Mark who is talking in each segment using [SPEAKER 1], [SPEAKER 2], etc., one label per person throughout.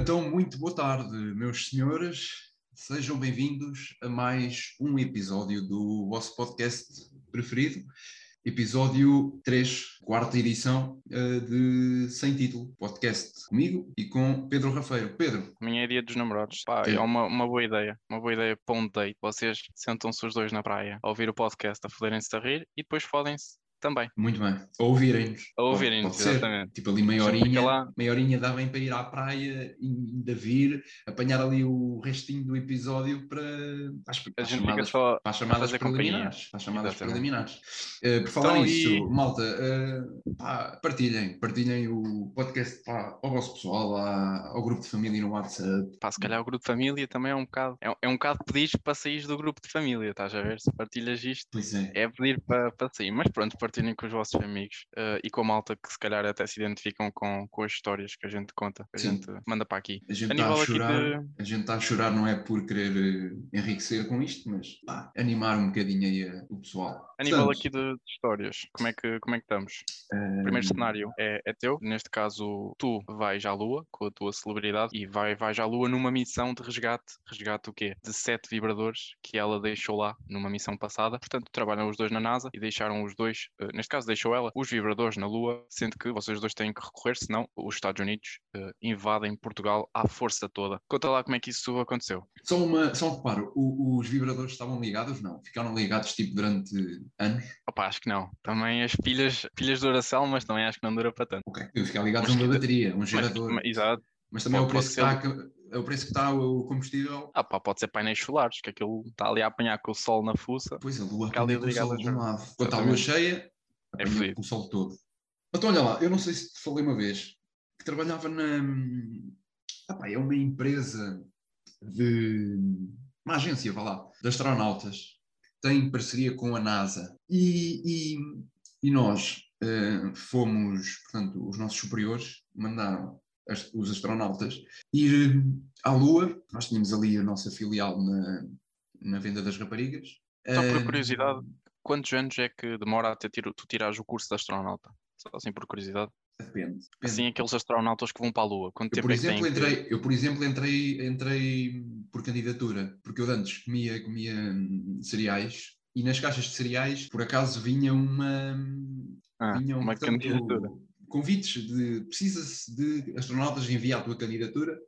[SPEAKER 1] então, Boa tarde, meus senhores. Sejam bem-vindos a mais um episódio do vosso podcast preferido, episódio 3, quarta edição eh, de Sem Título, podcast comigo e com Pedro Rafeiro. Pedro,
[SPEAKER 2] Amanhã é dia dos namorados. Pá,
[SPEAKER 1] Sim.
[SPEAKER 2] é uma, uma boa ideia. Uma boa ideia para um date. Vocês sentam-se os dois na praia a ouvir o podcast, a foderem-se a rir e depois fodem-se também.
[SPEAKER 1] muito bem. A ouvirem-nos.
[SPEAKER 2] A ouvirem-nos,
[SPEAKER 1] Pode ser.
[SPEAKER 2] exatamente.
[SPEAKER 1] Tipo ali meia
[SPEAKER 2] Já fica
[SPEAKER 1] horinha,
[SPEAKER 2] lá.
[SPEAKER 1] meia horinha dá bem para ir à praia e ainda vir, apanhar ali o restinho do episódio para, para as, para
[SPEAKER 2] A
[SPEAKER 1] as
[SPEAKER 2] gente fica
[SPEAKER 1] chamadas
[SPEAKER 2] só.
[SPEAKER 1] Para as chamadas
[SPEAKER 2] fazer companhia.
[SPEAKER 1] preliminares. Para as chamadas
[SPEAKER 2] Exatamente.
[SPEAKER 1] preliminares. Eh, por falar
[SPEAKER 2] Então,
[SPEAKER 1] nisso,
[SPEAKER 2] e-
[SPEAKER 1] malta, eh, pá, partilhem, partilhem o podcast pá, ao vosso pessoal, à- ao grupo de família no WhatsApp.
[SPEAKER 2] Pá, se calhar o grupo de família também é um bocado. É, um- é um bocado pedir para sair do grupo de família, estás a ver? Se partilhas isto.
[SPEAKER 1] Pois é.
[SPEAKER 2] É pedir para, para sair, mas pronto, partilhem com os vossos amigos eh, e com a malta que se calhar até se identificam com, com as histórias que a gente conta, que a
[SPEAKER 1] Sim. Tá
[SPEAKER 2] gente manda para aqui.
[SPEAKER 1] A gente
[SPEAKER 2] A
[SPEAKER 1] está a
[SPEAKER 2] nível aqui
[SPEAKER 1] chorar,
[SPEAKER 2] de.
[SPEAKER 1] a gente está a chorar não é por querer eh, enriquecer com isto, mas pá, animar um bocadinho aí eh, o pessoal.
[SPEAKER 2] A nível
[SPEAKER 1] Portanto,
[SPEAKER 2] aqui de, de histórias, como é, que, como é que estamos?
[SPEAKER 1] eh,
[SPEAKER 2] O primeiro cenário é, é teu. Neste caso, tu vais à Lua com a tua celebridade e vai, vais à Lua numa missão de resgate. Resgate o quê? De sete vibradores que ela deixou lá numa missão passada. Portanto, trabalham os dois na NASA e deixaram os dois, eh, neste caso, deixou ela os vibradores na Lua, sendo que vocês dois têm que recorrer, senão os Estados Unidos eh, invadem Portugal à força toda. Conta lá como é que isso aconteceu.
[SPEAKER 1] Só, uma, só um reparo, o- os vibradores estavam ligados? Não, ficaram ligados tipo durante anos.
[SPEAKER 2] Opa, acho que não. Também as pilhas, pilhas de oração, mas também acho que não dura para tanto.
[SPEAKER 1] Ok, ficaram ligados a
[SPEAKER 2] Mas
[SPEAKER 1] uma
[SPEAKER 2] que-
[SPEAKER 1] bateria, um
[SPEAKER 2] Mas-
[SPEAKER 1] gerador.
[SPEAKER 2] mas- exato.
[SPEAKER 1] Mas também é o
[SPEAKER 2] Pode-
[SPEAKER 1] preço que está
[SPEAKER 2] pode
[SPEAKER 1] a- é o preço que está o combustível.
[SPEAKER 2] Ah, pá, pode ser painéis solares, que aquilo está ali a apanhar com o sol na fuça.
[SPEAKER 1] Pois a lua
[SPEAKER 2] Fica ali
[SPEAKER 1] apanha com o
[SPEAKER 2] ligada
[SPEAKER 1] sol de
[SPEAKER 2] já.
[SPEAKER 1] um lado. Quando está a lua
[SPEAKER 2] Exatamente.
[SPEAKER 1] cheia,
[SPEAKER 2] É
[SPEAKER 1] apanha
[SPEAKER 2] fodido.
[SPEAKER 1] com o sol todo. Então olha lá, eu não sei se te falei uma vez que trabalhava na. Ah, pá, é uma empresa de. Uma agência, vá lá, de astronautas, que tem parceria com a NASA. E, e, e nós eh, fomos, portanto, os nossos superiores mandaram as- os astronautas ir eh, à Lua. Nós tínhamos ali a nossa filial na, na venda das raparigas.
[SPEAKER 2] Só por
[SPEAKER 1] Eh,
[SPEAKER 2] curiosidade, quantos anos é que demora até tiro- tu tirares o curso de astronauta? Só assim por curiosidade.
[SPEAKER 1] Depende. depende.
[SPEAKER 2] Assim, aqueles astronautas que vão para a Lua, quanto
[SPEAKER 1] eu,
[SPEAKER 2] tempo
[SPEAKER 1] por
[SPEAKER 2] é que têm?
[SPEAKER 1] exemplo,
[SPEAKER 2] que-
[SPEAKER 1] entrei, eu, por exemplo, entrei, entrei por candidatura, porque eu antes comia, comia hum, cereais e nas caixas de cereais, por acaso, vinha uma. hum,
[SPEAKER 2] Ah,
[SPEAKER 1] vinham,
[SPEAKER 2] uma
[SPEAKER 1] portanto,
[SPEAKER 2] candidatura.
[SPEAKER 1] Convites de. Precisa-se de astronautas, envia a tua candidatura.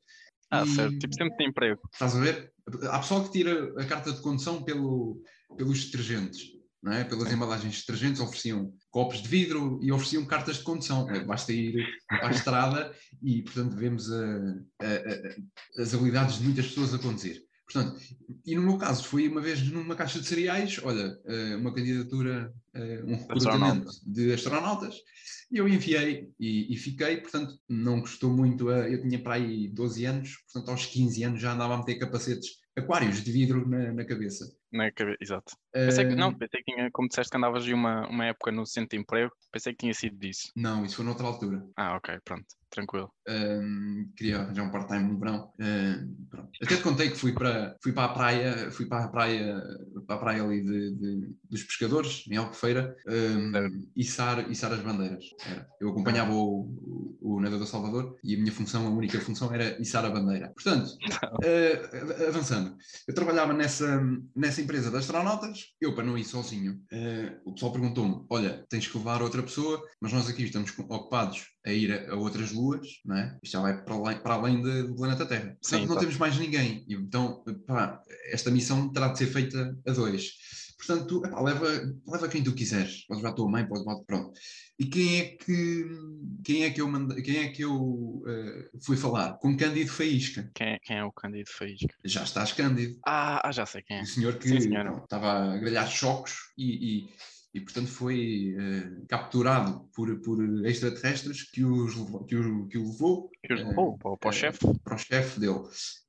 [SPEAKER 2] Ah, certo.
[SPEAKER 1] e-
[SPEAKER 2] Tipo, sempre de emprego.
[SPEAKER 1] Estás a ver? Há pessoal que tira a carta de condução pelo, pelos detergentes, não é? Pelas embalagens de detergentes ofereciam copos de vidro e ofereciam cartas de condução. É, Basta ir à estrada e, portanto, vemos a- a- a- as habilidades de muitas pessoas a conduzir. Portanto, e no meu caso, foi uma vez numa caixa de cereais, olha, eh, uma candidatura, eh, um recrutamento de astronautas, e eu enviei e, e fiquei, portanto, não custou muito. A, eu tinha para aí 12 anos, portanto, aos 15 anos já andava a meter capacetes aquários de vidro na, na cabeça.
[SPEAKER 2] Na cabe- Exato. Pensei que não,
[SPEAKER 1] Ah,
[SPEAKER 2] pensei que tinha, como disseste que andavas de uma, uma época no centro de emprego, pensei que tinha sido disso.
[SPEAKER 1] Não, isso foi noutra altura.
[SPEAKER 2] Ah, ok, pronto, tranquilo.
[SPEAKER 1] Ahm, queria arranjar um part-time no verão. Ahm, pronto. Até te contei que fui para, fui para a praia, fui para a praia, para a praia ali de, de- dos pescadores, em Albufeira, ahm,
[SPEAKER 2] Certo.
[SPEAKER 1] içar, içar as bandeiras. Era. Eu acompanhava o, o, o nadador Salvador e a minha função, a única função era içar a bandeira. Portanto, ah, av- avançando, eu trabalhava nessa, nessa empresa de astronautas, eu para não ir sozinho, eh, o pessoal perguntou-me, olha, tens que levar outra pessoa, mas nós aqui estamos com- ocupados a ir a, a outras luas, não é? Isto já vai para além, para além de- do planeta Terra.
[SPEAKER 2] Sim,
[SPEAKER 1] Portanto, não
[SPEAKER 2] tá.
[SPEAKER 1] temos mais ninguém. E Então, pá, esta missão terá de ser feita a dois. Portanto, epá, leva, leva quem tu quiseres. Podes levar a tua mãe, podes levar... Pronto. E quem é que, quem é que eu, mandei, quem é que eu eh, fui falar? Com Cândido Faísca.
[SPEAKER 2] Quem é, quem é o Cândido Faísca?
[SPEAKER 1] Já estás, Cândido.
[SPEAKER 2] Ah, ah, já sei quem é.
[SPEAKER 1] O senhor que
[SPEAKER 2] Sim, senhora.
[SPEAKER 1] pronto, estava a grelhar chocos e, e- e, portanto, foi eh, capturado por, por extraterrestres que, os, levou- que, o, que o levou
[SPEAKER 2] Que os
[SPEAKER 1] eh,
[SPEAKER 2] levou para, o- para o
[SPEAKER 1] eh,
[SPEAKER 2] chefe,
[SPEAKER 1] para o chefe dele,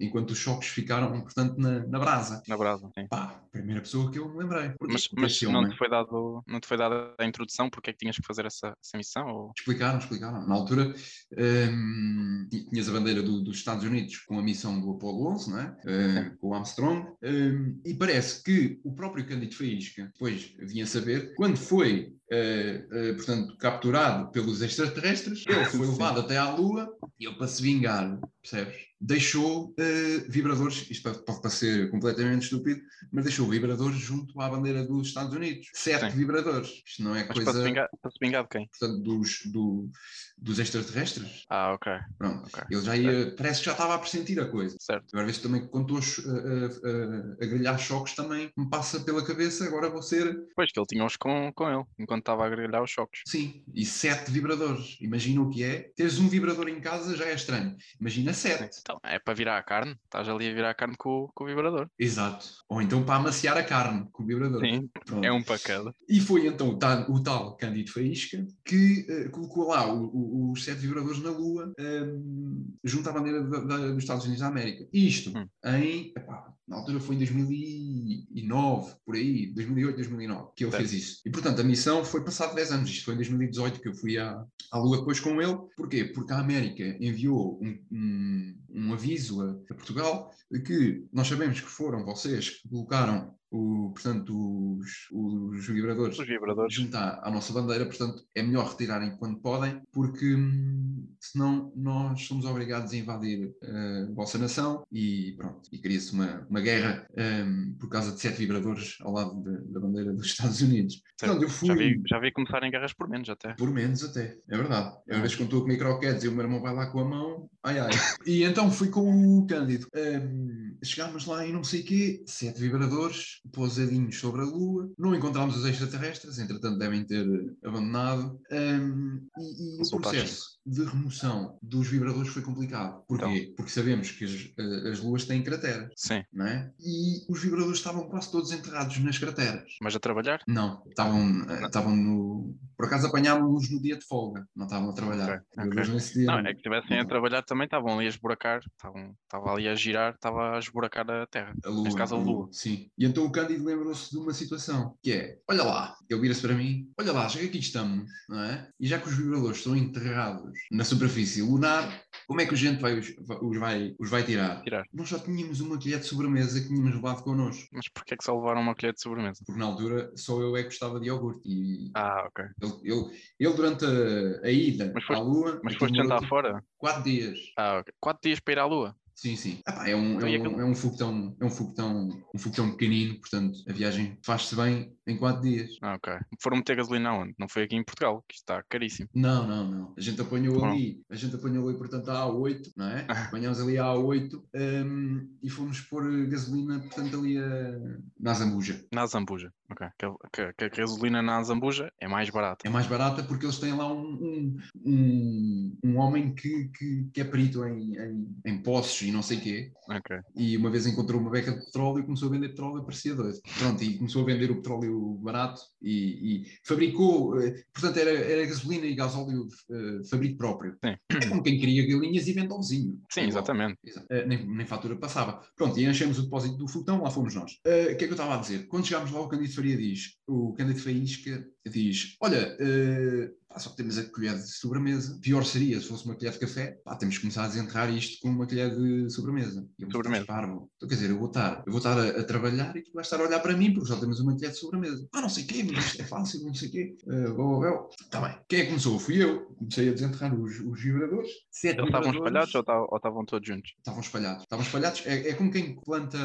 [SPEAKER 1] enquanto os chocos ficaram, portanto, na, na brasa.
[SPEAKER 2] na brasa. Sim.
[SPEAKER 1] Pá, primeira pessoa que eu me lembrei. Porquê?
[SPEAKER 2] Mas,
[SPEAKER 1] Porque um
[SPEAKER 2] mas
[SPEAKER 1] este
[SPEAKER 2] não,
[SPEAKER 1] homem-
[SPEAKER 2] te foi dado, não te foi dada a introdução porque é que tinhas que fazer essa, essa missão? Ou...
[SPEAKER 1] Explicaram, explicaram. Na altura, hum, ti- tinhas a bandeira do- dos Estados Unidos com a missão do Apollo 11, não é? Eh, com o Armstrong, Hum, e parece que o próprio Cândido Faísca depois vinha saber, quando foi, eh, eh, portanto, capturado pelos extraterrestres, ele foi
[SPEAKER 2] Sim.
[SPEAKER 1] levado até à Lua e ele, para se vingar, percebes? deixou eh, vibradores, isto pode, pode parecer completamente estúpido, mas deixou vibradores junto à bandeira dos Estados Unidos. Sete
[SPEAKER 2] Sim.
[SPEAKER 1] vibradores. Isto não é
[SPEAKER 2] Mas
[SPEAKER 1] coisa
[SPEAKER 2] para, se vingar, para se vingar de quem?
[SPEAKER 1] portanto, dos, do- dos extraterrestres.
[SPEAKER 2] Ah, ok,
[SPEAKER 1] Pronto.
[SPEAKER 2] Ok.
[SPEAKER 1] Ele já ia, parece que já estava a pressentir a coisa.
[SPEAKER 2] certo.
[SPEAKER 1] Agora vês também que quando estou a cho- a, a- a- a grelhar choques também me passa pela cabeça, agora vou ser
[SPEAKER 2] Pois que ele tinha uns com, com ele, enquanto estava a grelhar os choques.
[SPEAKER 1] Sim, e sete vibradores. Imagina o que é. Teres um vibrador em casa já é estranho. Imagina sete.
[SPEAKER 2] Então, é para virar a carne, estás ali a virar a carne com, o- com o vibrador.
[SPEAKER 1] Exato. Ou então para amaciar a carne com o vibrador.
[SPEAKER 2] Sim,
[SPEAKER 1] Pronto.
[SPEAKER 2] é um para cada.
[SPEAKER 1] E foi então o tal, o tal Cândido Faísca que eh, colocou lá o- o- os sete vibradores na Lua ehm, junto à bandeira da- da- dos Estados Unidos da América. Isto
[SPEAKER 2] Hum.
[SPEAKER 1] em, epá, na altura foi em 2009, por aí, 2008, 2009, que ele
[SPEAKER 2] Certo.
[SPEAKER 1] fez isso. E portanto a missão foi passado 10 anos, isto foi em 2018 que eu fui à, à Lua depois com ele. Porquê? Porque a América enviou um, um- um aviso a, a Portugal de que nós sabemos que foram vocês que colocaram o, portanto, os, os vibradores
[SPEAKER 2] Os vibradores.
[SPEAKER 1] junto à, à nossa bandeira, portanto é melhor retirarem quando podem, porque hum, senão nós somos obrigados a invadir eh, a vossa nação e pronto, e cria-se uma, uma guerra hum, por causa de sete vibradores ao lado da- da bandeira dos Estados Unidos. Portanto, eu
[SPEAKER 2] Já vi,
[SPEAKER 1] fui,
[SPEAKER 2] já vi começarem guerras por menos até.
[SPEAKER 1] por menos até, é verdade. Uma vez que eu estou a comer croquetes e o meu irmão vai lá com a mão, ai ai. E então fui com o Cândido. Hum, chegámos lá e não sei quê, sete vibradores, pousadinhos sobre a lua. Não encontrámos os extraterrestres, entretanto devem ter abandonado. Hum, e, e o
[SPEAKER 2] Resulta
[SPEAKER 1] processo de remoção dos vibradores foi complicado. Porquê? Porque sabemos que as, eh, as luas têm cratera,
[SPEAKER 2] Sim,
[SPEAKER 1] não é? E os vibradores estavam quase todos enterrados nas crateras.
[SPEAKER 2] mas a trabalhar?
[SPEAKER 1] Não, estavam, eh, estavam no. Por acaso apanhámos-los no dia de folga, não estavam a trabalhar.
[SPEAKER 2] Ok, ok.
[SPEAKER 1] Eles nesse dia-
[SPEAKER 2] Não, é que estivessem a
[SPEAKER 1] não.
[SPEAKER 2] trabalhar também, estavam ali a esburacar, estavam, estava ali a girar, estava a esburacar a terra.
[SPEAKER 1] A lua,
[SPEAKER 2] neste caso, a lua.
[SPEAKER 1] Sim. E então o Cândido lembrou-se de uma situação que é: olha lá, ele vira-se para mim, olha lá, já que aqui estamos, não é? E já que os vibradores estão enterrados na superfície lunar, como é que a gente vai os, va- os vai, os vai tirar?
[SPEAKER 2] Tirar.
[SPEAKER 1] Nós já tínhamos uma colher de sobremesa que tínhamos levado connosco.
[SPEAKER 2] Mas porquê é que só levaram uma colher de sobremesa?
[SPEAKER 1] Porque na altura só eu é que gostava de iogurte. E
[SPEAKER 2] Ah, ok.
[SPEAKER 1] ele, ele, ele durante a, a ida
[SPEAKER 2] Mas foste-
[SPEAKER 1] à Lua.
[SPEAKER 2] Mas
[SPEAKER 1] aquilo
[SPEAKER 2] foste
[SPEAKER 1] demorou
[SPEAKER 2] jantar fora?
[SPEAKER 1] Quatro dias.
[SPEAKER 2] Ah, ok. Quatro dias para ir à lua?
[SPEAKER 1] Sim, sim. Ah pá, é, um, é,
[SPEAKER 2] Então, e
[SPEAKER 1] um,
[SPEAKER 2] aquele-
[SPEAKER 1] é um foguetão, é um foguetão, um foguetão pequenino, portanto, a viagem faz-se bem em quatro dias.
[SPEAKER 2] Ah, ok. Foram meter gasolina aonde? Não foi aqui em Portugal, que isto está caríssimo.
[SPEAKER 1] Não, não, não. A gente apanhou
[SPEAKER 2] Foram.
[SPEAKER 1] ali, a gente apanhou ali, portanto, a A8, não é?
[SPEAKER 2] Ah.
[SPEAKER 1] Apanhámos ali a A8 hum, e fomos pôr gasolina, portanto, ali a... na Zambuja.
[SPEAKER 2] Na Zambuja. Ok. Que, que- que a gasolina na Zambuja é mais barata.
[SPEAKER 1] É mais barata porque eles têm lá um, um, um, um homem que, que, que é perito em, em, em poços e não sei o quê.
[SPEAKER 2] Ok.
[SPEAKER 1] E uma vez encontrou uma beca de petróleo e começou a vender petróleo parecia doido. Pronto, e começou a vender o petróleo barato e, e fabricou, eh, portanto, era, era gasolina e gasóleo eh, fabrico próprio.
[SPEAKER 2] Sim.
[SPEAKER 1] É como quem cria galinhas e vende ao vizinho.
[SPEAKER 2] Sim,
[SPEAKER 1] É igual.
[SPEAKER 2] exatamente.
[SPEAKER 1] Exato. Eh, nem, nem fatura passava. Pronto, e enchemos o depósito do foguetão, lá fomos nós. Eh, O que é que eu estava a dizer? Quando chegámos lá, o Candido Faria diz, o Candido Faísca diz, olha, eh, pá, só temos a colher de sobremesa, pior seria se fosse uma colher de café, pá, temos que começar a desenterrar isto com uma colher de sobremesa. E eu,
[SPEAKER 2] Sobremesa.
[SPEAKER 1] "Estás Parvo. Então, quer dizer, eu vou estar, eu vou estar a, a trabalhar e tu vais estar a olhar para mim porque já temos uma colher de sobremesa. Ah, não sei o quê, mas isto é fácil, não sei o quê. Eh, vou- eu. Está bem. Quem é que começou? Fui eu. Comecei a desenterrar os, os vibradores. Sete
[SPEAKER 2] Eles estavam
[SPEAKER 1] vibradores
[SPEAKER 2] espalhados ou ta- ou estavam todos juntos?
[SPEAKER 1] estavam espalhados. Estavam espalhados, é, é como quem planta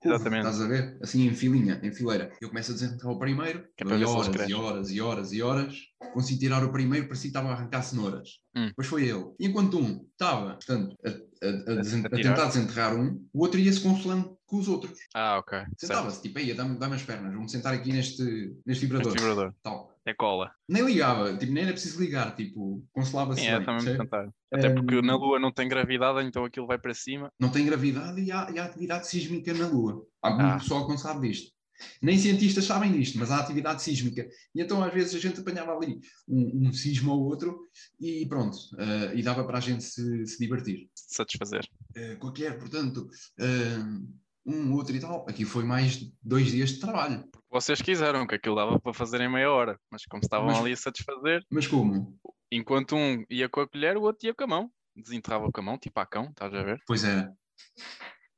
[SPEAKER 1] couve,
[SPEAKER 2] Exatamente.
[SPEAKER 1] estás a ver? Assim em filinha, em fileira. Eu começo a desenterrar o primeiro,
[SPEAKER 2] Que é para
[SPEAKER 1] dou-lhe
[SPEAKER 2] ver
[SPEAKER 1] horas
[SPEAKER 2] se eles
[SPEAKER 1] e
[SPEAKER 2] crescem.
[SPEAKER 1] horas e horas e horas, consegui tirar o primeiro, parecia que estava a arrancar cenouras.
[SPEAKER 2] Hum.
[SPEAKER 1] Mas foi ele. E enquanto um estava, portanto, a, a- a
[SPEAKER 2] A-
[SPEAKER 1] desen-
[SPEAKER 2] a
[SPEAKER 1] a
[SPEAKER 2] tirar.
[SPEAKER 1] tentar desenterrar um, o outro ia-se consolando com os outros.
[SPEAKER 2] Ah, ok. Certo.
[SPEAKER 1] Sentava-se, tipo, aí, dá-me dá-me as pernas, vou-me sentar aqui neste, neste
[SPEAKER 2] Este
[SPEAKER 1] vibrador.
[SPEAKER 2] vibrador.
[SPEAKER 1] Tal.
[SPEAKER 2] É cola.
[SPEAKER 1] Nem ligava, tipo, nem era preciso ligar, tipo, consolava-se.
[SPEAKER 2] Sim, é
[SPEAKER 1] bem,
[SPEAKER 2] também
[SPEAKER 1] percebe?
[SPEAKER 2] tentar. Até porque
[SPEAKER 1] Hum,
[SPEAKER 2] na Lua não tem gravidade, então aquilo vai para cima.
[SPEAKER 1] não tem gravidade e há, e há atividade sísmica na Lua. Há muito
[SPEAKER 2] Ah.
[SPEAKER 1] pessoal que não sabe disto. Nem cientistas sabem disto, mas há atividade sísmica. E então, às vezes, a gente apanhava ali um, um sismo ou outro e pronto, eh, e dava para a gente se, se divertir.
[SPEAKER 2] Satisfazer.
[SPEAKER 1] Eh, qualquer, portanto, eh, um, outro e tal. Aqui foi mais de dois dias de trabalho.
[SPEAKER 2] Vocês quiseram, que aquilo dava para fazer em meia hora, mas como estavam
[SPEAKER 1] Mas-
[SPEAKER 2] ali a satisfazer,
[SPEAKER 1] Mas como?
[SPEAKER 2] enquanto um ia com a colher, o outro ia com a mão. Desenterrava com a mão, tipo a cão, estás a ver?
[SPEAKER 1] Pois era.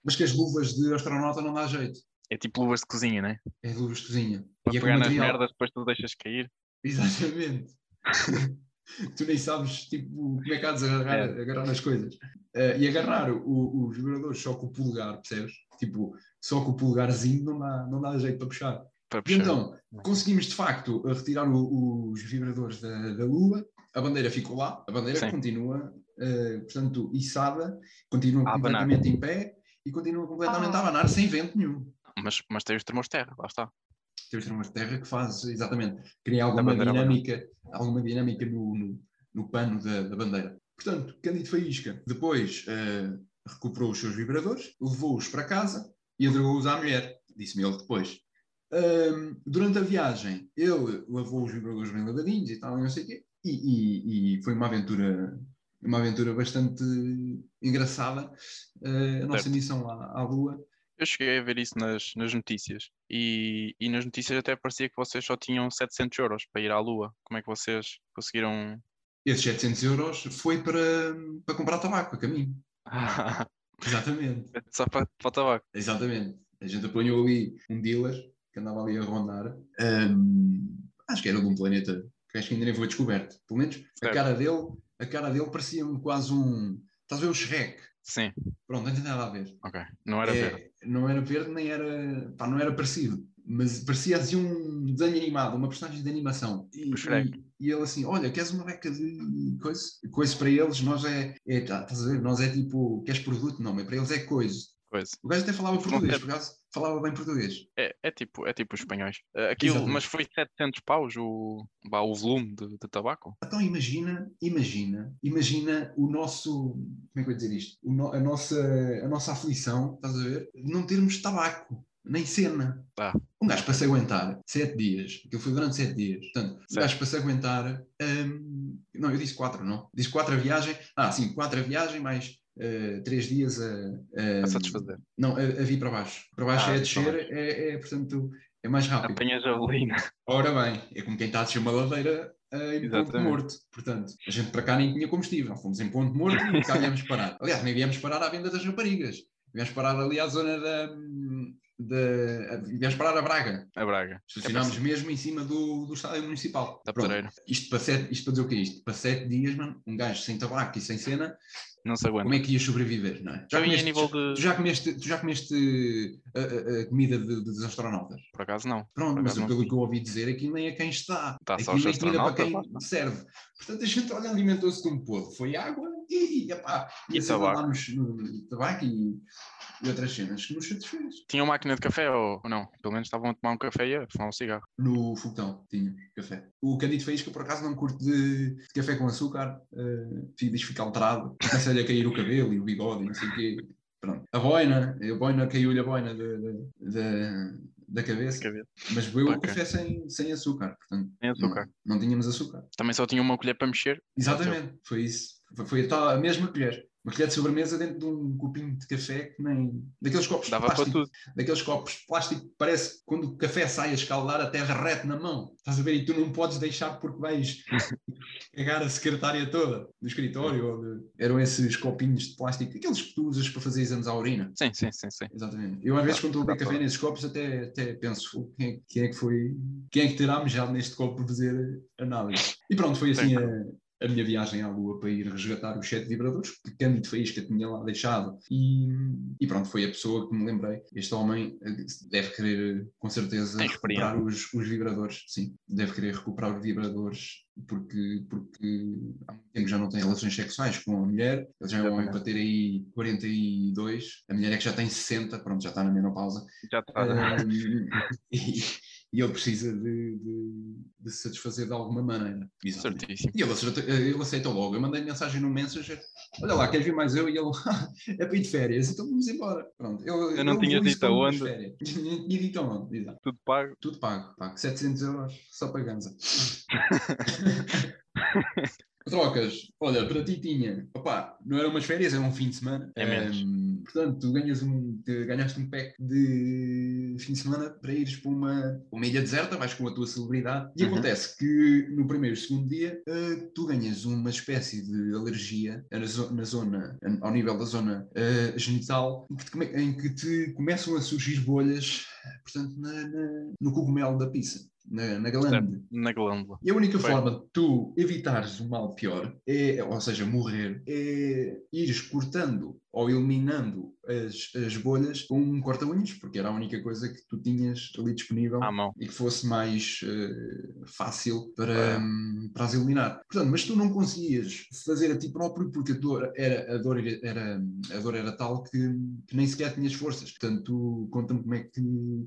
[SPEAKER 1] Mas que as luvas de astronauta não dá jeito.
[SPEAKER 2] É tipo luvas de cozinha, né?
[SPEAKER 1] É luvas de cozinha.
[SPEAKER 2] Para
[SPEAKER 1] é com
[SPEAKER 2] pegar nas
[SPEAKER 1] material.
[SPEAKER 2] merdas, depois tu deixas cair.
[SPEAKER 1] Exatamente. tu nem sabes tipo, como é que há de agarrar, agarrar as coisas. Eh, e agarrar o- os vibradores só com o polegar, percebes? Tipo, só com o polegarzinho não dá, não dá jeito para puxar.
[SPEAKER 2] para
[SPEAKER 1] E
[SPEAKER 2] puxar.
[SPEAKER 1] então, conseguimos de facto retirar o- os vibradores da, da Lua, a bandeira ficou lá, a bandeira
[SPEAKER 2] Sim.
[SPEAKER 1] continua, eh, portanto, içada, continua
[SPEAKER 2] A abanar.
[SPEAKER 1] completamente em pé e continua completamente a abanar sem vento nenhum.
[SPEAKER 2] mas, mas tem os termos de terra, lá está.
[SPEAKER 1] Temos uma terra que faz, exatamente, cria alguma
[SPEAKER 2] bandeira abanou.
[SPEAKER 1] dinâmica, alguma dinâmica no, no, no pano da, da bandeira. Portanto, Cândido Faísca depois eh, recuperou os seus vibradores, levou-os para casa e entregou-os à mulher, disse-me ele depois. Ahm, durante a viagem, ele lavou os vibradores bem lavadinhos e tal, e não sei o quê, e, e- e foi uma aventura, uma aventura bastante engraçada, eh, a nossa
[SPEAKER 2] Certo.
[SPEAKER 1] missão à, à Lua.
[SPEAKER 2] Eu cheguei a ver isso nas, nas notícias e, e nas notícias até parecia que vocês só tinham 700 euros para ir à Lua. Como é que vocês conseguiram?
[SPEAKER 1] Esses 700 euros foi para, para comprar tabaco a caminho. Exatamente,
[SPEAKER 2] Só para, para o tabaco.
[SPEAKER 1] exatamente. A gente apanhou ali um dealer que andava ali a rondar. hum, acho que era de um planeta que acho que ainda nem foi descoberto. Pelo menos a
[SPEAKER 2] Certo.
[SPEAKER 1] cara dele, a cara dele parecia um- quase um. Estás a ver o Shrek?
[SPEAKER 2] Sim,
[SPEAKER 1] Pronto, não tem nada a ver.
[SPEAKER 2] ok. Não era
[SPEAKER 1] É,
[SPEAKER 2] verde.
[SPEAKER 1] Não era verde, nem era. pá, não era parecido. Mas parecia assim um desenho animado, uma personagem de animação. E,
[SPEAKER 2] O Shrek.
[SPEAKER 1] e- e ele assim: Olha, queres uma beca de coisa? Coisa para eles, nós é. é tá- estás a ver? Nós é tipo. Queres produto? Não, mas para eles é coisa.
[SPEAKER 2] Coisa.
[SPEAKER 1] O gajo até falava
[SPEAKER 2] Não
[SPEAKER 1] português,
[SPEAKER 2] é-
[SPEAKER 1] por acaso falava bem português.
[SPEAKER 2] É, é tipo, é tipo os espanhóis. Eh, Aquilo,
[SPEAKER 1] Exatamente.
[SPEAKER 2] mas foi 700 paus o, bah, o volume de, de tabaco?
[SPEAKER 1] Então imagina, imagina, imagina o nosso, como é que eu ia dizer isto? O no- a, nossa, a nossa aflição, estás a ver? De não termos tabaco, nem cena.
[SPEAKER 2] Tá.
[SPEAKER 1] Um gajo para se aguentar sete dias, aquilo foi durante sete dias. Portanto, um
[SPEAKER 2] Certo.
[SPEAKER 1] gajo para se aguentar. hum, não, eu disse quatro, não? Disse quatro a viagem. Ah, sim, quatro a viagem, mais eh, três dias a.
[SPEAKER 2] A
[SPEAKER 1] hum,
[SPEAKER 2] satisfazer.
[SPEAKER 1] Não, a, a vir para baixo. Para baixo
[SPEAKER 2] Ah,
[SPEAKER 1] é a
[SPEAKER 2] para
[SPEAKER 1] descer, é, é, portanto, é mais rápido.
[SPEAKER 2] Apanha a javelina.
[SPEAKER 1] Ora bem, é como quem está a descer uma ladeira eh, em ponto
[SPEAKER 2] Exatamente.
[SPEAKER 1] morto. Portanto, a gente para cá nem tinha combustível. Fomos em ponto morto e cá viemos parar. Aliás, nem viemos parar à venda das raparigas. Viemos parar ali à zona da. da viemos parar a Braga.
[SPEAKER 2] A Braga.
[SPEAKER 1] Estacionámos mesmo em cima do, do estádio municipal.
[SPEAKER 2] Da
[SPEAKER 1] Pronto.
[SPEAKER 2] Pedreira.
[SPEAKER 1] Isto para, sete, isto para dizer o que é isto? Para sete dias, mano, um gajo sem tabaco e sem cena,
[SPEAKER 2] Não se aguenta.
[SPEAKER 1] como é que ias sobreviver, não é? Já
[SPEAKER 2] Eu ia a
[SPEAKER 1] comeste,
[SPEAKER 2] nível
[SPEAKER 1] tu
[SPEAKER 2] de.
[SPEAKER 1] já comeste, tu já comeste a, a- a comida de- dos astronautas?
[SPEAKER 2] Por acaso não.
[SPEAKER 1] Pronto,
[SPEAKER 2] Por
[SPEAKER 1] mas
[SPEAKER 2] acaso não
[SPEAKER 1] pelo
[SPEAKER 2] fui.
[SPEAKER 1] que eu ouvi dizer, aquilo nem a quem está.
[SPEAKER 2] Dá só
[SPEAKER 1] aquilo
[SPEAKER 2] aos
[SPEAKER 1] nem comida para
[SPEAKER 2] astronautas,
[SPEAKER 1] quem
[SPEAKER 2] lá está.
[SPEAKER 1] serve. Portanto, a gente olha, alimentou-se como pôde. Foi água e, epá, e,
[SPEAKER 2] E
[SPEAKER 1] assim
[SPEAKER 2] tabaco.
[SPEAKER 1] andámos no tabaco e, e outras cenas que nos satisfez.
[SPEAKER 2] Tinham máquina de café ou, ou não? Pelo menos estavam a tomar um café e a fumar um cigarro.
[SPEAKER 1] No Fogão tinha café. O Candido Faísca, por acaso, não curte de, de café com açúcar. eh, fi- diz que fica alterado. Começa-lhe a cair o cabelo e o bigode e não sei o quê. Pronto. A boina, a boina caiu-lhe a boina de- de- de- da cabeça.
[SPEAKER 2] Quer ver?
[SPEAKER 1] Mas bebeu o
[SPEAKER 2] Ok.
[SPEAKER 1] café sem, sem açúcar. Portanto,
[SPEAKER 2] Nem açúcar.
[SPEAKER 1] Não, não tínhamos açúcar.
[SPEAKER 2] Também só tinha uma colher para mexer.
[SPEAKER 1] Exatamente, foi isso. Foi, foi a, tal- a mesma colher. Uma colher de sobremesa dentro de um copinho de café que nem. Daqueles copos de
[SPEAKER 2] Dava para
[SPEAKER 1] plástico.
[SPEAKER 2] tudo.
[SPEAKER 1] Daqueles copos de plástico que parece que quando o café sai a escaldar até derrete na mão. Estás a ver? E tu não podes deixar porque vais cagar a secretária toda do escritório. ou de- Eram esses copinhos de plástico, aqueles que tu usas para fazer exames à urina.
[SPEAKER 2] Sim, sim, sim, sim.
[SPEAKER 1] Exatamente. Eu às vezes
[SPEAKER 2] Ah,
[SPEAKER 1] quando estou a beber
[SPEAKER 2] tá
[SPEAKER 1] café
[SPEAKER 2] bom.
[SPEAKER 1] nesses copos até, até penso "Fogo, quem é, quem é que foi, quem é que terá mejado neste copo para fazer análise. E pronto, foi assim a, a minha viagem à Lua para ir resgatar os sete vibradores que Cândido Faísca tinha lá deixado e, e pronto, foi a pessoa que me lembrei. Este homem eh, deve querer com certeza
[SPEAKER 2] Tem experiência.
[SPEAKER 1] recuperar os, os vibradores, sim, deve querer recuperar os vibradores porque, porque há muito tempo já não tem relações sexuais com a mulher, ele já é um homem para ter aí 42, a mulher é que já tem 60, pronto, já está na menopausa,
[SPEAKER 2] Já está.
[SPEAKER 1] Ahm, e, e ele precisa de, de- de se satisfazer de alguma maneira.
[SPEAKER 2] é
[SPEAKER 1] Exatamente.
[SPEAKER 2] Certíssimo.
[SPEAKER 1] E ele aceita, ele aceita logo. Eu mandei mensagem no Messenger: Olha lá, queres vir mais eu? E ele: "Ah, É para ir de férias, então vamos embora. Pronto,
[SPEAKER 2] Eu não tinha
[SPEAKER 1] vou
[SPEAKER 2] dito
[SPEAKER 1] esconder as
[SPEAKER 2] aonde.
[SPEAKER 1] férias. Não tinha dito aonde, exato.
[SPEAKER 2] Tudo pago.
[SPEAKER 1] Tudo pago, pago. 700 euros só para ganza. Trocas, olha, para ti tinha, opá, não eram umas férias, era um fim de semana.
[SPEAKER 2] É menos.
[SPEAKER 1] Ahm, portanto, tu ganhas um, te- ganhaste um pack de fim de semana para ires para uma, uma ilha deserta, vais com a tua celebridade. E
[SPEAKER 2] Uhum.
[SPEAKER 1] acontece que no primeiro e segundo dia ah, tu ganhas uma espécie de alergia na, zo- na zona, ao nível da zona ah, genital, em que, te, come- em que te começam a surgir bolhas portanto, na- na- no cogumelo da pizza. na, na glândula.
[SPEAKER 2] na glândula.
[SPEAKER 1] E a única
[SPEAKER 2] Foi.
[SPEAKER 1] forma de tu evitares o mal pior, é, ou seja, morrer, é ires cortando ou eliminando as, as bolhas com um corta-unhas, porque era a única coisa que tu tinhas ali disponível
[SPEAKER 2] À mão.
[SPEAKER 1] e que fosse mais eh, fácil para,
[SPEAKER 2] Ah.
[SPEAKER 1] hum, para as eliminar. Portanto, mas tu não conseguias fazer a ti próprio porque a dor era, a dor era, era- a dor era tal que, que nem sequer tinhas forças. Portanto, tu conta-me como é que,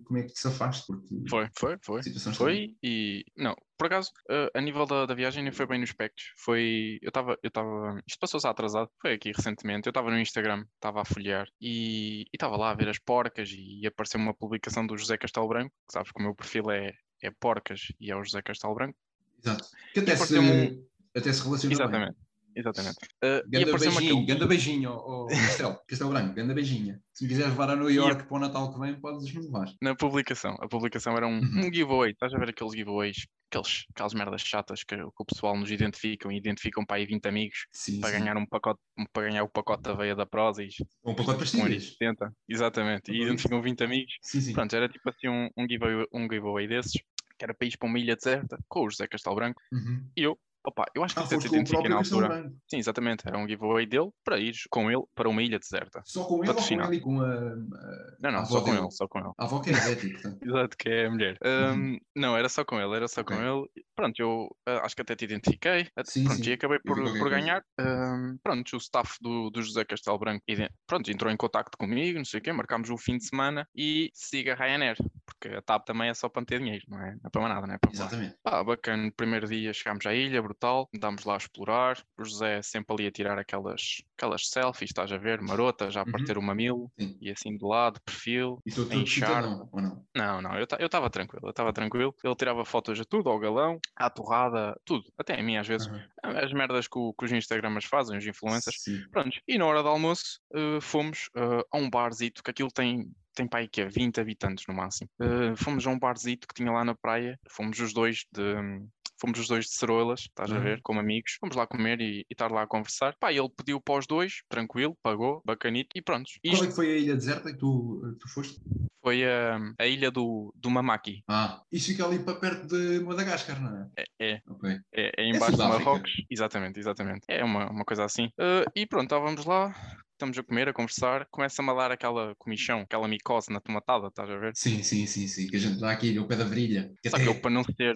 [SPEAKER 1] como é que te safaste, porque
[SPEAKER 2] Foi, foi, foi.
[SPEAKER 1] a situação está-
[SPEAKER 2] Foi e. Não, por acaso, eh, a nível da, da viagem nem foi bem nos pactos. Foi. Eu estava. Eu estava. Isto passou-se atrasado. Foi aqui recentemente. Eu estava no Instagram, estava a folhear e estava lá a ver as porcas e apareceu uma publicação do José Castelo Branco, que sabes que o meu perfil é, é porcas e é o José Castelo Branco.
[SPEAKER 1] Exato. Que até,
[SPEAKER 2] Porque
[SPEAKER 1] se,
[SPEAKER 2] um-
[SPEAKER 1] até se relaciona bem.
[SPEAKER 2] Exatamente. Exatamente. Eh, e
[SPEAKER 1] Ganda
[SPEAKER 2] apareceu-me
[SPEAKER 1] beijinho,
[SPEAKER 2] aquele.
[SPEAKER 1] ganda beijinho ao, ao Castelo, Castelo Branco, ganda beijinha. Se me quiseres levar a New
[SPEAKER 2] E a-
[SPEAKER 1] York para o Natal que vem, podes me levar.
[SPEAKER 2] Na publicação. A publicação era um,
[SPEAKER 1] Uhum.
[SPEAKER 2] um giveaway. Estás a ver aqueles giveaways, aqueles, aquelas merdas chatas que, que o pessoal nos identificam e identificam para aí 20 amigos.
[SPEAKER 1] Sim,
[SPEAKER 2] para
[SPEAKER 1] sim.
[SPEAKER 2] ganhar um pacote, para ganhar o pacote da veia da Prozis,
[SPEAKER 1] Um pacote de
[SPEAKER 2] com
[SPEAKER 1] pastilhas.
[SPEAKER 2] 80, exatamente, e
[SPEAKER 1] Uhum.
[SPEAKER 2] identificam 20 amigos.
[SPEAKER 1] Sim, sim.
[SPEAKER 2] Pronto, era tipo assim um, um giveaway, um giveaway desses, que era para ir para uma ilha deserta, com o José Castelo Branco.
[SPEAKER 1] Uhum.
[SPEAKER 2] Opa, eu acho que
[SPEAKER 1] Ah,
[SPEAKER 2] até te
[SPEAKER 1] foste com o
[SPEAKER 2] identifiquei
[SPEAKER 1] próprio
[SPEAKER 2] na
[SPEAKER 1] Castelo
[SPEAKER 2] altura.
[SPEAKER 1] Branco.
[SPEAKER 2] Sim, exatamente, era um giveaway dele para ir com ele para uma ilha deserta.
[SPEAKER 1] Só com ele ou com
[SPEAKER 2] Patrocinado.
[SPEAKER 1] ele e com a,
[SPEAKER 2] Não, não,
[SPEAKER 1] Ah,
[SPEAKER 2] só
[SPEAKER 1] vou
[SPEAKER 2] com
[SPEAKER 1] dele.
[SPEAKER 2] ele, só com ele.
[SPEAKER 1] a avó que é Betty, portanto.
[SPEAKER 2] Exato, que é a mulher. Ahm, não, era só com ele, era só com
[SPEAKER 1] Uhum. Ok.
[SPEAKER 2] ele. Pronto, eu ah, acho que até te identifiquei. até-
[SPEAKER 1] Sim,
[SPEAKER 2] pronto,
[SPEAKER 1] sim,
[SPEAKER 2] e acabei por,
[SPEAKER 1] qualquer
[SPEAKER 2] por
[SPEAKER 1] coisa.
[SPEAKER 2] ganhar. Ahm, pronto, o staff do, do José Castelo Branco ide- pronto, entrou em contacto comigo, não sei o quê, marcámos o fim de semana e siga a Ryanair, porque a TAP também é só para meter dinheiro, não é, não é para mais nada, não é para voar.
[SPEAKER 1] Exatamente.
[SPEAKER 2] Pá, bacana, no primeiro dia chegámos à ilha, brutal, andámos lá a explorar, o José sempre ali a tirar aquelas, aquelas selfies, estás a ver, marotas, já a
[SPEAKER 1] Uhum.
[SPEAKER 2] partir o mamilo,
[SPEAKER 1] Sim.
[SPEAKER 2] e assim de lado, perfil,
[SPEAKER 1] E estou
[SPEAKER 2] Em
[SPEAKER 1] tudo cidadão, ou não?
[SPEAKER 2] não, não, eu estava tranquilo, eu estava tranquilo. Ele tirava fotos a tudo, ao galão, à torrada, tudo, até a mim às vezes.
[SPEAKER 1] Aham.
[SPEAKER 2] As merdas que, o- que os Instagramers fazem, os influencers.
[SPEAKER 1] Sim.
[SPEAKER 2] Prontos, e na hora do almoço eh, fomos eh, a um barzito, que aquilo tem, tem para aí que é 20 habitantes no máximo. Eh, fomos a um barzito que tinha lá na praia, fomos os dois de. hum, Fomos os dois de Ceroilas, estás a
[SPEAKER 1] Uhum.
[SPEAKER 2] ver, como amigos. Fomos lá comer e e estar lá a conversar. Pá, ele pediu para os dois, tranquilo, pagou, bacanito, e pronto.
[SPEAKER 1] Qual
[SPEAKER 2] Isto
[SPEAKER 1] é que foi a ilha deserta que tu, tu foste?
[SPEAKER 2] foi hum, a ilha do, do Mamaki.
[SPEAKER 1] Ah, isso fica ali para perto de Madagascar, não é?
[SPEAKER 2] É,
[SPEAKER 1] Ok.
[SPEAKER 2] É, é embaixo de
[SPEAKER 1] Sudáfrica.
[SPEAKER 2] Marrocos. Exatamente, exatamente. É uma, uma coisa assim. Ah, e pronto, estávamos lá, estamos a comer, a conversar. Começa-me a dar aquela comichão, aquela micose na tomatada, estás a ver?
[SPEAKER 1] Sim, sim, sim, sim. Que a gente dá aqui ao pé da virilha. Que
[SPEAKER 2] Só
[SPEAKER 1] até-
[SPEAKER 2] que eu, para não ser,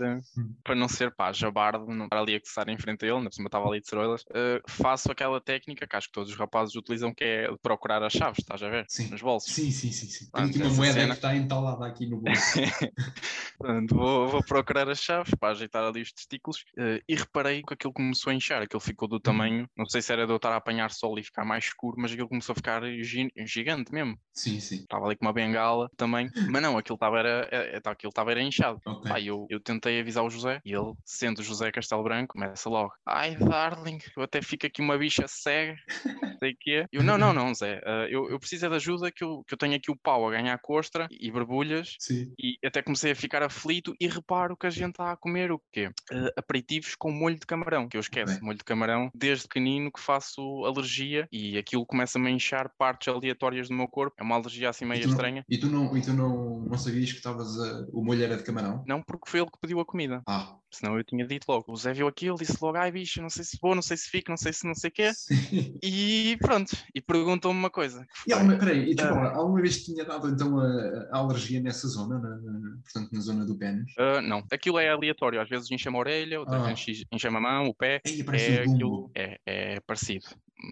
[SPEAKER 2] para não ser pá, jabardo, não para ali a coçar em frente a ele, na cima estava ali de ceroilas, ah, faço aquela técnica que acho que todos os rapazes utilizam, que é procurar as chaves, estás a ver?
[SPEAKER 1] Sim.
[SPEAKER 2] Nos bolsos.
[SPEAKER 1] Sim, sim, sim. sim.
[SPEAKER 2] Ah,
[SPEAKER 1] Tenho aqui uma
[SPEAKER 2] essa
[SPEAKER 1] moeda
[SPEAKER 2] cena.
[SPEAKER 1] que está entalada aqui no bolso.
[SPEAKER 2] Pronto, vou, vou procurar as chaves para ajeitar ali os testículos eh, e reparei que aquilo começou a inchar, aquilo ficou do tamanho, não sei se era de eu estar a apanhar sol e ficar mais escuro, mas aquilo começou a ficar gi- gigante mesmo.
[SPEAKER 1] Sim, sim.
[SPEAKER 2] Estava ali com uma bengala também, mas não, aquilo estava era, é- é- tá, aquilo estava era inchado.
[SPEAKER 1] Ok.
[SPEAKER 2] Pá, eu, eu tentei avisar o José e ele, sendo o José Castelo Branco, começa logo: Ai, darling, eu até fico aqui uma bicha cega, não sei o quê. Eu, não, não, não, Zé, eh, eu, eu preciso é de ajuda que eu, que eu tenho aqui o pau a ganhar costra e borbulhas
[SPEAKER 1] Sim.
[SPEAKER 2] e até comecei a ficar aflito e reparo que a gente está a comer o quê? Eh, aperitivos com molho de camarão, que eu esqueço,
[SPEAKER 1] Ok.
[SPEAKER 2] molho de camarão, desde pequenino que faço alergia e aquilo começa-me a inchar partes aleatórias do meu corpo, é uma alergia assim meio
[SPEAKER 1] tu não-
[SPEAKER 2] estranha.
[SPEAKER 1] E tu não, e tu não, não sabias que estavas a... o molho era de camarão?
[SPEAKER 2] Não porque foi ele que pediu a comida,
[SPEAKER 1] Ah.
[SPEAKER 2] senão eu tinha dito logo. O Zé viu aquilo, disse logo, ai bicho, não sei se vou, não sei se fico, não sei se não sei o quê.
[SPEAKER 1] Sim.
[SPEAKER 2] E pronto, e perguntou-me uma coisa. que
[SPEAKER 1] E
[SPEAKER 2] foi-
[SPEAKER 1] alguma, peraí, e tu,
[SPEAKER 2] Ah.
[SPEAKER 1] Paula, alguma vez tinha dado então a, a alergia nessa zona, na- na- portanto na zona do pênis?
[SPEAKER 2] Ah, não, aquilo é aleatório, às vezes enche-me a orelha, outras
[SPEAKER 1] Ah.
[SPEAKER 2] vezes enche-me a mão, o pé,
[SPEAKER 1] Aí aparece um
[SPEAKER 2] é
[SPEAKER 1] o Dumbo.
[SPEAKER 2] aquilo, é, é parecido,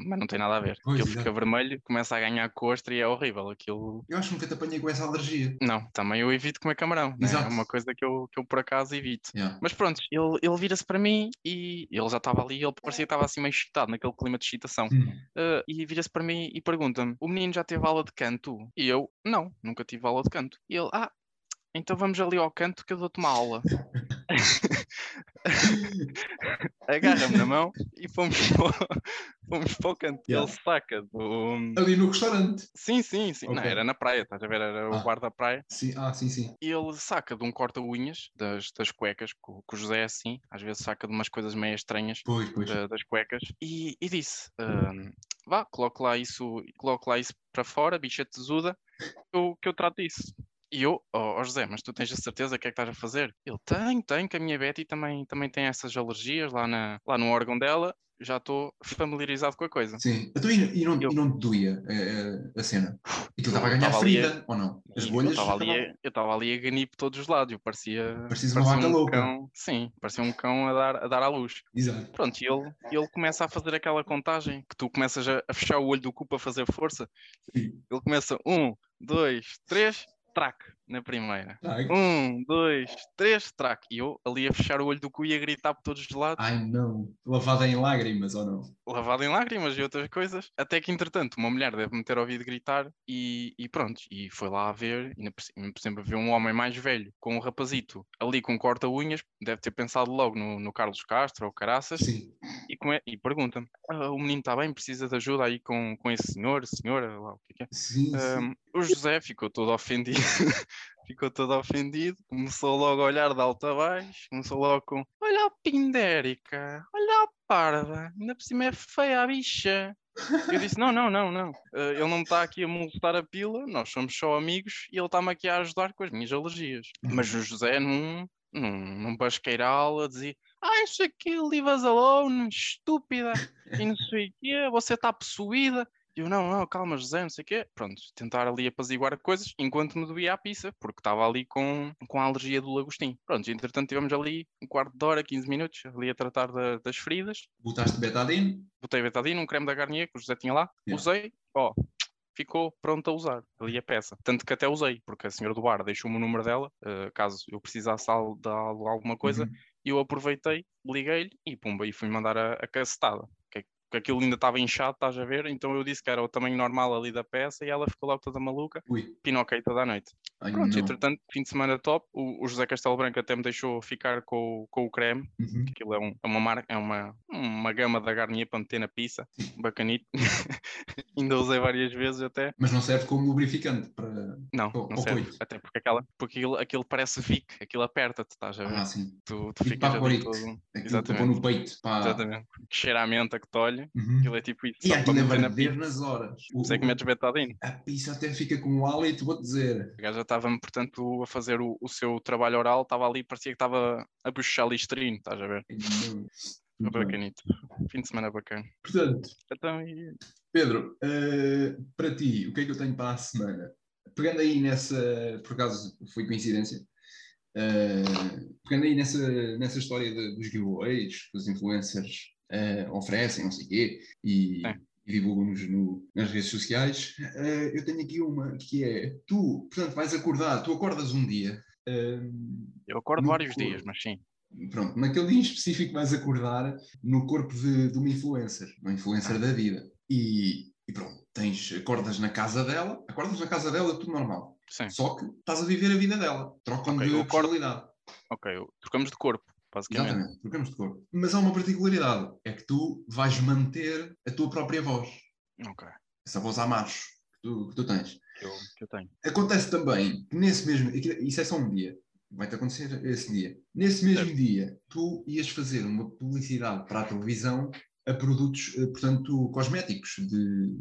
[SPEAKER 2] mas não tem nada a ver.
[SPEAKER 1] Pois,
[SPEAKER 2] aquilo fica vermelho, começa a ganhar costra e é horrível. Aquilo.
[SPEAKER 1] Eu acho que nunca te apanhei com essa alergia.
[SPEAKER 2] Não, também eu evito comer camarão. né? É
[SPEAKER 1] Exato.
[SPEAKER 2] uma coisa que eu, que eu por acaso evito.
[SPEAKER 1] Yeah.
[SPEAKER 2] Mas pronto, ele, ele vira-se para mim e ele já estava ali, ele parecia que estava assim meio excitado, naquele clima de excitação.
[SPEAKER 1] Hum.
[SPEAKER 2] Ah, e vira-se para mim e pergunta-me: O menino já teve aula de canto? E eu: Não, nunca tive aula de canto. E ele: Ah, então vamos ali ao canto que eu dou-te uma aula. Agarra-me na mão e fomos para, o- fomos para o canto.
[SPEAKER 1] Yeah.
[SPEAKER 2] Ele saca do. hum,
[SPEAKER 1] Ali no restaurante.
[SPEAKER 2] Sim, sim, sim. Não,
[SPEAKER 1] Ok.
[SPEAKER 2] era na praia, estás a ver? Era
[SPEAKER 1] Ah.
[SPEAKER 2] o bar da praia.
[SPEAKER 1] Sim, ah, sim, sim.
[SPEAKER 2] E ele saca de um corta-unhas das, das cuecas, que o que o José é assim, às vezes saca de umas coisas meio estranhas
[SPEAKER 1] Pois, pois.
[SPEAKER 2] da- das cuecas, e, e disse: "Ahm, vá, coloque lá isso, coloque lá isso para fora, bicha tesuda, que eu, que eu trato disso. E eu, ó oh, José, mas tu tens a certeza que é que estás a fazer? Ele, tem, tem, que a minha Betty também, também tem essas alergias lá, na, lá no órgão dela, já estou familiarizado com a coisa.
[SPEAKER 1] Sim. Então, e, e não,
[SPEAKER 2] Eu-
[SPEAKER 1] e não te doía eh, eh, a cena? E tu
[SPEAKER 2] Não,
[SPEAKER 1] estava a ganhar
[SPEAKER 2] estava ali
[SPEAKER 1] ferida, ou não? As
[SPEAKER 2] E
[SPEAKER 1] bolhas.
[SPEAKER 2] Eu estava ali,
[SPEAKER 1] acabavam.
[SPEAKER 2] a- eu estava ali a ganir por todos os lados, eu parecia,
[SPEAKER 1] Parecias uma
[SPEAKER 2] parecia
[SPEAKER 1] vaca
[SPEAKER 2] um
[SPEAKER 1] louca.
[SPEAKER 2] cão. Sim, parecia um cão a dar, a dar à luz.
[SPEAKER 1] Exato.
[SPEAKER 2] Pronto, e ele, ele começa a fazer aquela contagem que tu começas a, a fechar o olho do cu para fazer força.
[SPEAKER 1] Sim.
[SPEAKER 2] Ele começa um, dois, três, track na primeira.
[SPEAKER 1] Ai,
[SPEAKER 2] Um, dois, três, track. E eu ali a fechar o olho do cu e a gritar por todos os lados,
[SPEAKER 1] Ai, não. Lavada em lágrimas, ou não?
[SPEAKER 2] lavado em lágrimas e outras coisas. Até que, entretanto, uma mulher deve-me ter ouvido gritar e, e pronto. E foi lá a ver, e ainda por ci- ainda por cima viu um homem mais velho com um rapazito ali com corta-unhas, deve ter pensado logo no, no Carlos Castro ou Caraças.
[SPEAKER 1] Sim.
[SPEAKER 2] e, com e pergunta-me: "Ah, o menino está bem, precisa de ajuda aí com, com esse senhor, senhora, lá o que é que é.
[SPEAKER 1] Sim, sim.
[SPEAKER 2] Ahm, o José ficou todo ofendido, ficou todo ofendido, começou logo a olhar de alto a baixo, começou logo com: Olha a pindérica, olha a parda, ainda por cima é feia a bicha. Eu disse: Não, não, não, não, ah, ele não me está aqui a molestar a pila, nós somos só amigos e ele está-me aqui a ajudar com as minhas alergias. Mas o José, num, num, num basqueiral, dizia: ah, isso aqui, leave us alone, estúpida, e não sei o quê, você está possuída. E eu, não, não, calma, José, não sei o quê. Pronto, tentar ali apaziguar coisas enquanto me doía a pizza, porque estava ali com, com a alergia do lagostim. Pronto, entretanto tivemos ali um quarto de hora, 15 minutos, ali a tratar da- das feridas.
[SPEAKER 1] Botaste betadine?
[SPEAKER 2] Botei betadine, um creme da Garnier que o José tinha lá,
[SPEAKER 1] Yeah.
[SPEAKER 2] usei, ó, ficou pronto a usar ali a peça. Tanto que até usei, porque a senhora do bar deixou-me o número dela, eh, caso eu precisasse al- de al- alguma coisa,
[SPEAKER 1] Uhum.
[SPEAKER 2] e eu aproveitei, liguei-lhe e pumba, e fui mandar a, a cacetada. Que, que aquilo ainda estava inchado, estás a ver? Então eu disse que era o tamanho normal ali da peça e ela ficou logo toda maluca,
[SPEAKER 1] Ui.
[SPEAKER 2] pinoquei toda a noite.
[SPEAKER 1] Ai,
[SPEAKER 2] Pronto,
[SPEAKER 1] não.
[SPEAKER 2] entretanto, fim de semana top. O, o José Castelo Branco até me deixou ficar com, o- com o creme,
[SPEAKER 1] Uhum.
[SPEAKER 2] que aquilo é, um- é uma marca, é uma, uma gama da Garnier para meter na pizza, bacanito. ainda usei várias vezes até.
[SPEAKER 1] Mas não serve como lubrificante para.
[SPEAKER 2] Não,
[SPEAKER 1] Ou-
[SPEAKER 2] não
[SPEAKER 1] ou
[SPEAKER 2] serve.
[SPEAKER 1] coito.
[SPEAKER 2] Até porque, aquela, porque aquilo, aquilo parece Vic, aquilo aperta-te, estás a ver?
[SPEAKER 1] Ah, sim.
[SPEAKER 2] tu, tu
[SPEAKER 1] Vic
[SPEAKER 2] ficas ali
[SPEAKER 1] Vaporite.
[SPEAKER 2] todo.
[SPEAKER 1] Aquilo que eu
[SPEAKER 2] Exatamente.
[SPEAKER 1] pôr no peito. Pá.
[SPEAKER 2] Exatamente. Que cheira a menta que tolhe.
[SPEAKER 1] Uhum.
[SPEAKER 2] Aquilo é tipo isso.
[SPEAKER 1] E
[SPEAKER 2] só para
[SPEAKER 1] aquilo é
[SPEAKER 2] meter na
[SPEAKER 1] verdadeiro
[SPEAKER 2] pizza.
[SPEAKER 1] nas horas. O-
[SPEAKER 2] Sei é que metes betadine.
[SPEAKER 1] a pizza até fica com o hálito, vou dizer.
[SPEAKER 2] A gaja estava-me, portanto, a fazer o, o seu trabalho oral, estava ali, parecia que estava a bochechar listrino, estás a ver?
[SPEAKER 1] Ai, meu.
[SPEAKER 2] Foi
[SPEAKER 1] Muito bem.
[SPEAKER 2] bacanito. Fim de semana bacana.
[SPEAKER 1] Portanto,
[SPEAKER 2] Então, e-
[SPEAKER 1] Pedro, eh, para ti, o que é que eu tenho para a semana? Pegando aí nessa, por acaso foi coincidência, eh, pegando aí nessa, nessa história de- dos giveaways que os influencers eh, oferecem, não sei o quê, e,
[SPEAKER 2] Sim.
[SPEAKER 1] e divulgam-nos no- nas redes sociais, eh, eu tenho aqui uma que é: tu, portanto, vais acordar, tu acordas um dia. eh,
[SPEAKER 2] eu acordo
[SPEAKER 1] No
[SPEAKER 2] vários
[SPEAKER 1] corpo.
[SPEAKER 2] dias, mas sim.
[SPEAKER 1] pronto, naquele dia em específico vais acordar no corpo de, de uma influencer, uma
[SPEAKER 2] Ah.
[SPEAKER 1] influencer da vida. E, e pronto, tens, acordas na casa dela, acordas na casa dela, é tudo normal.
[SPEAKER 2] Sim.
[SPEAKER 1] Só que estás a viver a vida dela, trocam
[SPEAKER 2] É. Ok,
[SPEAKER 1] de
[SPEAKER 2] eu acordo-
[SPEAKER 1] personalidade.
[SPEAKER 2] Ok, eu- trocamos de corpo, basicamente.
[SPEAKER 1] Exatamente, trocamos de corpo. Mas há uma particularidade, é que tu vais manter a tua própria voz,
[SPEAKER 2] Ok.
[SPEAKER 1] essa voz a macho que tu, que tu tens.
[SPEAKER 2] que Eu, que eu tenho.
[SPEAKER 1] Acontece também que nesse mesmo. aquilo- Isso é só um dia. Vai-te acontecer esse dia. Nesse mesmo
[SPEAKER 2] Certo.
[SPEAKER 1] dia, tu ias fazer uma publicidade para a televisão a produtos, eh, portanto, cosméticos, de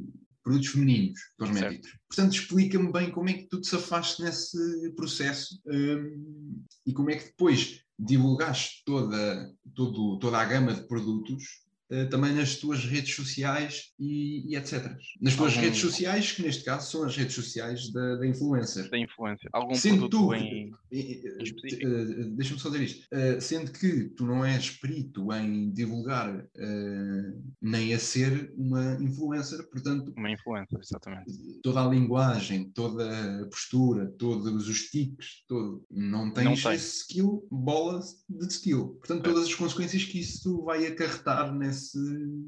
[SPEAKER 1] produtos femininos, cosméticos. Portanto, explica-me bem como é que tu te safaste nesse processo hum, e como é que depois divulgaste toda, todo, toda a gama de produtos eh, também nas tuas redes sociais e, e etc. Nas tuas
[SPEAKER 2] Algum-
[SPEAKER 1] redes sociais, que neste caso são as redes sociais da, da influencer.
[SPEAKER 2] Da influência. Algum
[SPEAKER 1] Sendo
[SPEAKER 2] produto
[SPEAKER 1] tu-
[SPEAKER 2] em.
[SPEAKER 1] E- e-
[SPEAKER 2] Em específico.
[SPEAKER 1] eh, Deixa-me só dizer isto. Eh, sendo que tu não és perito em divulgar eh, nem a ser uma influencer, portanto,
[SPEAKER 2] Uma influência, exatamente.
[SPEAKER 1] toda a linguagem, toda a postura, todos os tiques, todo, não tens
[SPEAKER 2] tenho.
[SPEAKER 1] esse skill, bola de skill. Portanto,
[SPEAKER 2] É.
[SPEAKER 1] todas as consequências que isso vai acarretar nesse,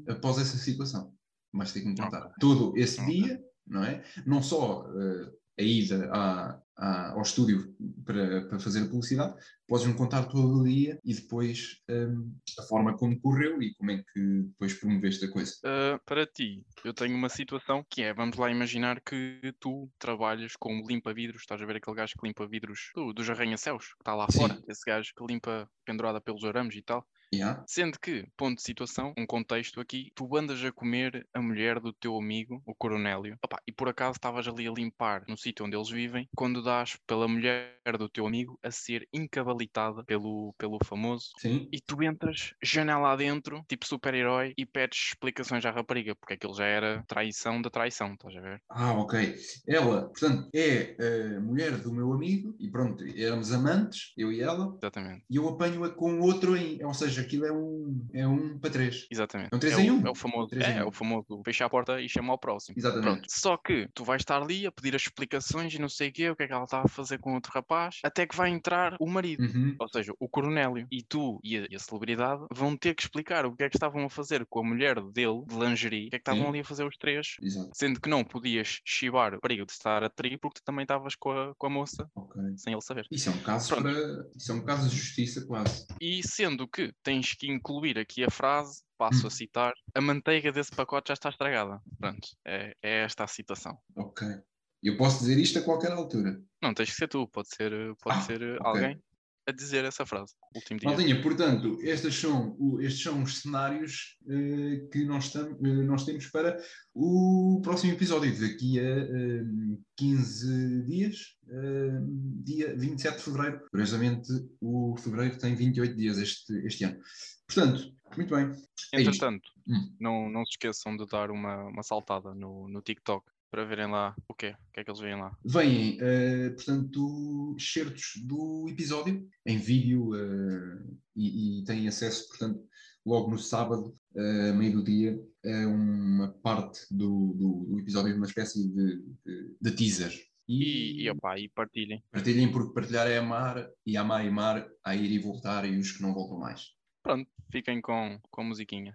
[SPEAKER 1] após essa situação. Vais ter que me contar. Todo esse
[SPEAKER 2] Ok.
[SPEAKER 1] dia, não é? Não só eh, a ida à- à- ao estúdio para, para fazer a publicidade, podes-me contar todo o dia e depois ehm, a forma como correu e como é que depois promoveste a coisa.
[SPEAKER 2] Ah, para ti, eu tenho uma situação que é, vamos lá imaginar que tu trabalhas como limpa-vidros, estás a ver aquele gajo que limpa vidros do- dos arranha-céus, que está lá
[SPEAKER 1] Sim.
[SPEAKER 2] fora, esse gajo que limpa pendurada pelos arames e tal.
[SPEAKER 1] Yeah.
[SPEAKER 2] Sendo que, ponto de situação, um contexto aqui, tu andas a comer a mulher do teu amigo, o Coronélio, Opa, e por acaso estavas ali a limpar no sítio onde eles vivem, quando dás pela mulher do teu amigo a ser encabalitada pelo, pelo famoso,
[SPEAKER 1] Sim.
[SPEAKER 2] e tu entras, janela adentro, tipo super-herói, e pedes explicações à rapariga, porque aquilo já era traição da traição, estás a ver?
[SPEAKER 1] Ah, ok. Ela, portanto, é a mulher do meu amigo e pronto, éramos amantes, eu e ela,
[SPEAKER 2] Exatamente,
[SPEAKER 1] e eu apanho-a com outro em. Ou seja, aquilo é um, é um para três.
[SPEAKER 2] exatamente.
[SPEAKER 1] É um três
[SPEAKER 2] é,
[SPEAKER 1] em
[SPEAKER 2] o,
[SPEAKER 1] um.
[SPEAKER 2] é o famoso,
[SPEAKER 1] Três
[SPEAKER 2] é,
[SPEAKER 1] em
[SPEAKER 2] é
[SPEAKER 1] um.
[SPEAKER 2] o famoso, fecha a porta e chama ao próximo.
[SPEAKER 1] Exatamente.
[SPEAKER 2] Pronto, só que tu vais estar ali a pedir as explicações e não sei o quê, o que é que ela está a fazer com outro rapaz, até que vai entrar o marido.
[SPEAKER 1] Uhum.
[SPEAKER 2] Ou seja, o coronélio e tu e a, e a celebridade vão ter que explicar o que é que estavam a fazer com a mulher dele, de lingerie, o que é que estavam
[SPEAKER 1] Sim.
[SPEAKER 2] ali a fazer os três,
[SPEAKER 1] Exato.
[SPEAKER 2] sendo que não podias chibar o perigo de estar a tri porque tu também estavas com a, com a moça
[SPEAKER 1] Ok.
[SPEAKER 2] sem ele saber.
[SPEAKER 1] Isso é um caso
[SPEAKER 2] Pronto.
[SPEAKER 1] para. Isso é um caso de justiça, quase.
[SPEAKER 2] E sendo que tens que incluir aqui a frase, passo a
[SPEAKER 1] Hum.
[SPEAKER 2] citar, a manteiga desse pacote já está estragada. Pronto, é, é esta a citação.
[SPEAKER 1] Ok. Eu posso dizer isto a qualquer altura.
[SPEAKER 2] Não, tens que ser tu, pode ser, eh, pode
[SPEAKER 1] Ah,
[SPEAKER 2] ser eh,
[SPEAKER 1] ok.
[SPEAKER 2] alguém a dizer essa frase. Último dia.
[SPEAKER 1] Maldinha, portanto, estes são, o- estes são os cenários eh, que nós, tam, eh, nós temos para o próximo episódio, daqui a eh, 15 dias, eh, dia 27 de fevereiro. Curiosamente, o fevereiro tem 28 dias este, este ano. Portanto, muito bem. é isto.
[SPEAKER 2] Entretanto,
[SPEAKER 1] Hum.
[SPEAKER 2] não, não se esqueçam de dar uma, uma saltada no, no TikTok para verem lá o quê? O que é que eles veem lá?
[SPEAKER 1] Vêm, eh, portanto, excertos do episódio em vídeo eh, e, e têm acesso, portanto, logo no sábado, eh, meio do dia, a uma parte do, do- do episódio, uma espécie de, de- de teaser.
[SPEAKER 2] E, e, opá, e partilhem.
[SPEAKER 1] partilhem, porque partilhar é amar, e amar e amar, a ir e voltar, e os que não voltam mais.
[SPEAKER 2] Pronto, fiquem com, com a musiquinha.